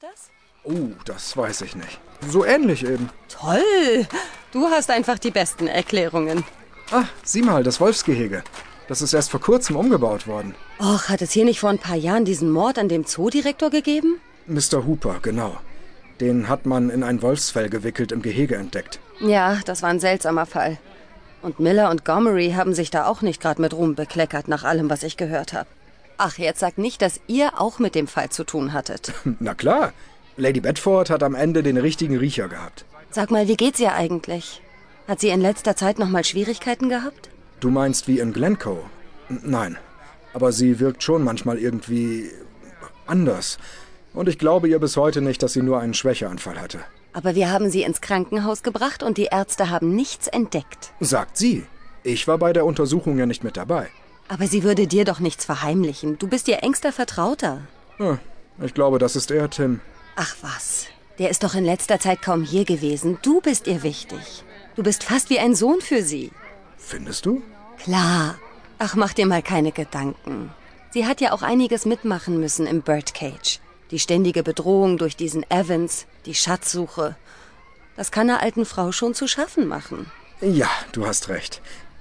das? Oh, das weiß ich nicht. So ähnlich eben. Toll! Du hast einfach die besten Erklärungen. Ah, sieh mal, das Wolfsgehege. Das ist erst vor kurzem umgebaut worden. Och, hat es hier nicht vor ein paar Jahren diesen Mord an dem Zoodirektor gegeben? Mr. Hooper, genau. Den hat man in ein Wolfsfell gewickelt im Gehege entdeckt. Ja, das war ein seltsamer Fall. Und Miller und Gomery haben sich da auch nicht gerade mit Ruhm bekleckert, nach allem, was ich gehört habe. Ach, jetzt sagt nicht, dass ihr auch mit dem Fall zu tun hattet. Hm, Na klar, Lady Bedford hat am Ende den richtigen Riecher gehabt. Sag mal, wie geht's ihr eigentlich? Hat sie in letzter Zeit nochmal Schwierigkeiten gehabt? Du meinst wie in Glencoe? N nein, aber sie wirkt schon manchmal irgendwie anders. Und ich glaube ihr bis heute nicht, dass sie nur einen Schwächeanfall hatte. Aber wir haben sie ins Krankenhaus gebracht und die Ärzte haben nichts entdeckt. Sagt sie. Ich war bei der Untersuchung ja nicht mit dabei. Aber sie würde dir doch nichts verheimlichen. Du bist ihr engster Vertrauter. Ja, Hm, ich glaube, das ist er, Tim. Ach was. Der ist doch in letzter Zeit kaum hier gewesen. Du bist ihr wichtig. Du bist fast wie ein Sohn für sie. Findest du? Klar. Ach, mach dir mal keine Gedanken. Sie hat ja auch einiges mitmachen müssen im Birdcage. Die ständige Bedrohung durch diesen Evans, die Schatzsuche. Das kann einer alten Frau schon zu schaffen machen. Ja, du hast recht.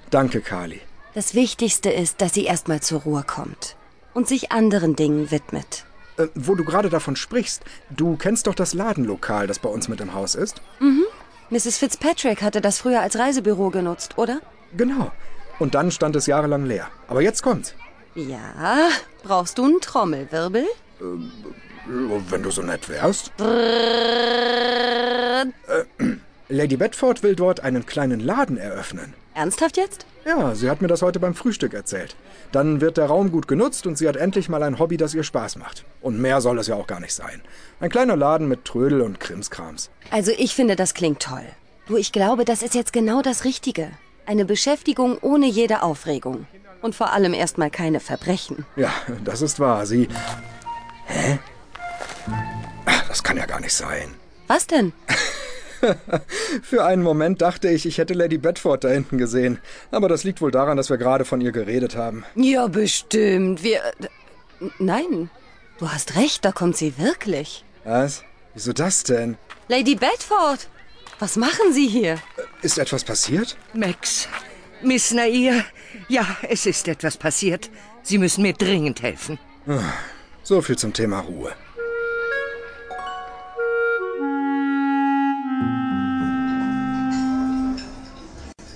Danke, Carly. Das Wichtigste ist, dass sie erstmal zur Ruhe kommt und sich anderen Dingen widmet. Äh, wo du gerade davon sprichst, du kennst doch das Ladenlokal, das bei uns mit im Haus ist? Mhm. Mrs. Fitzpatrick hatte das früher als Reisebüro genutzt, oder? Genau. Und dann stand es jahrelang leer. Aber jetzt kommt's. Ja, brauchst du einen Trommelwirbel? Ähm, wenn du so nett wärst. Äh, Lady Bedford will dort einen kleinen Laden eröffnen. Ernsthaft jetzt? Ja, sie hat mir das heute beim Frühstück erzählt. Dann wird der Raum gut genutzt und sie hat endlich mal ein Hobby, das ihr Spaß macht. Und mehr soll es ja auch gar nicht sein. Ein kleiner Laden mit Trödel und Krimskrams. Also ich finde, das klingt toll. Du, ich glaube, das ist jetzt genau das Richtige. Eine Beschäftigung ohne jede Aufregung. Und vor allem erstmal keine Verbrechen. Ja, das ist wahr. Sie. Hä? Das kann ja gar nicht sein. Was denn? Für einen Moment dachte ich, ich hätte Lady Bedford da hinten gesehen. Aber das liegt wohl daran, dass wir gerade von ihr geredet haben. Ja, bestimmt. Wir. äh, Nein. Du hast recht, da kommt sie wirklich. Was? Wieso das denn? Lady Bedford! Was machen Sie hier? Ist etwas passiert? Max, Miss Nair, ja, es ist etwas passiert. Sie müssen mir dringend helfen. So viel zum Thema Ruhe.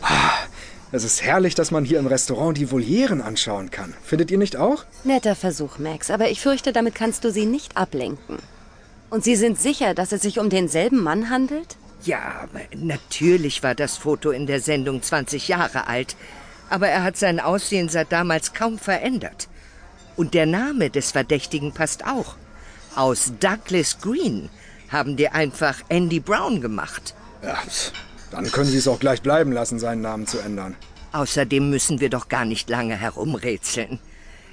Ah, Es ist herrlich, dass man hier im Restaurant die Volieren anschauen kann. Findet ihr nicht auch? Netter Versuch, Max, aber ich fürchte, damit kannst du sie nicht ablenken. Und Sie sind sicher, dass es sich um denselben Mann handelt? Ja, aber natürlich war das Foto in der Sendung 20 Jahre alt. Aber er hat sein Aussehen seit damals kaum verändert. Und der Name des Verdächtigen passt auch. Aus Douglas Green haben die einfach Andy Brown gemacht. Ja, dann können Sie es auch gleich bleiben lassen, seinen Namen zu ändern. Außerdem müssen wir doch gar nicht lange herumrätseln.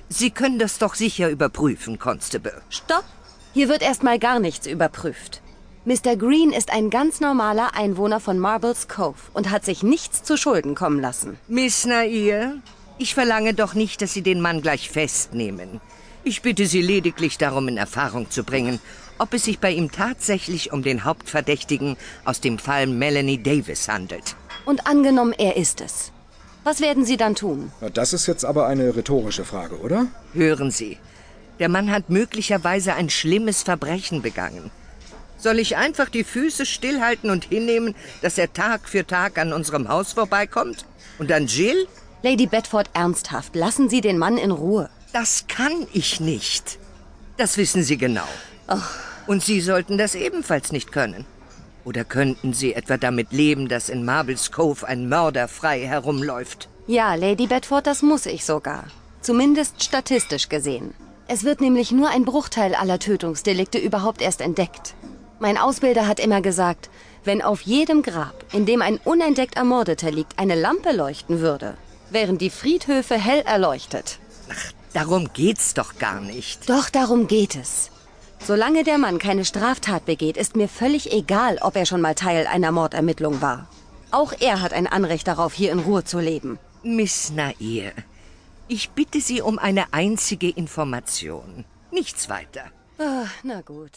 Sie können das doch sicher überprüfen, Constable. Stopp! Hier wird erstmal gar nichts überprüft. Mr. Green ist ein ganz normaler Einwohner von Marbles Cove und hat sich nichts zu Schulden kommen lassen. Miss Nair, ich verlange doch nicht, dass Sie den Mann gleich festnehmen. Ich bitte Sie lediglich darum, in Erfahrung zu bringen, ob es sich bei ihm tatsächlich um den Hauptverdächtigen aus dem Fall Melanie Davis handelt. Und angenommen, er ist es. Was werden Sie dann tun? Das ist jetzt aber eine rhetorische Frage, oder? Hören Sie, der Mann hat möglicherweise ein schlimmes Verbrechen begangen. Soll ich einfach die Füße stillhalten und hinnehmen, dass er Tag für Tag an unserem Haus vorbeikommt? Und an Jill? Lady Bedford, ernsthaft, lassen Sie den Mann in Ruhe. Das kann ich nicht. Das wissen Sie genau. Ach, Und Sie sollten das ebenfalls nicht können. Oder könnten Sie etwa damit leben, dass in Marbles Cove ein Mörder frei herumläuft? Ja, Lady Bedford, das muss ich sogar. Zumindest statistisch gesehen. Es wird nämlich nur ein Bruchteil aller Tötungsdelikte überhaupt erst entdeckt. Mein Ausbilder hat immer gesagt, wenn auf jedem Grab, in dem ein unentdeckt Ermordeter liegt, eine Lampe leuchten würde, wären die Friedhöfe hell erleuchtet. Darum geht's doch gar nicht. Doch darum geht es. Solange der Mann keine Straftat begeht, ist mir völlig egal, ob er schon mal Teil einer Mordermittlung war. Auch er hat ein Anrecht darauf, hier in Ruhe zu leben. Miss Nair, ich bitte Sie um eine einzige Information. Nichts weiter. Ah, na gut.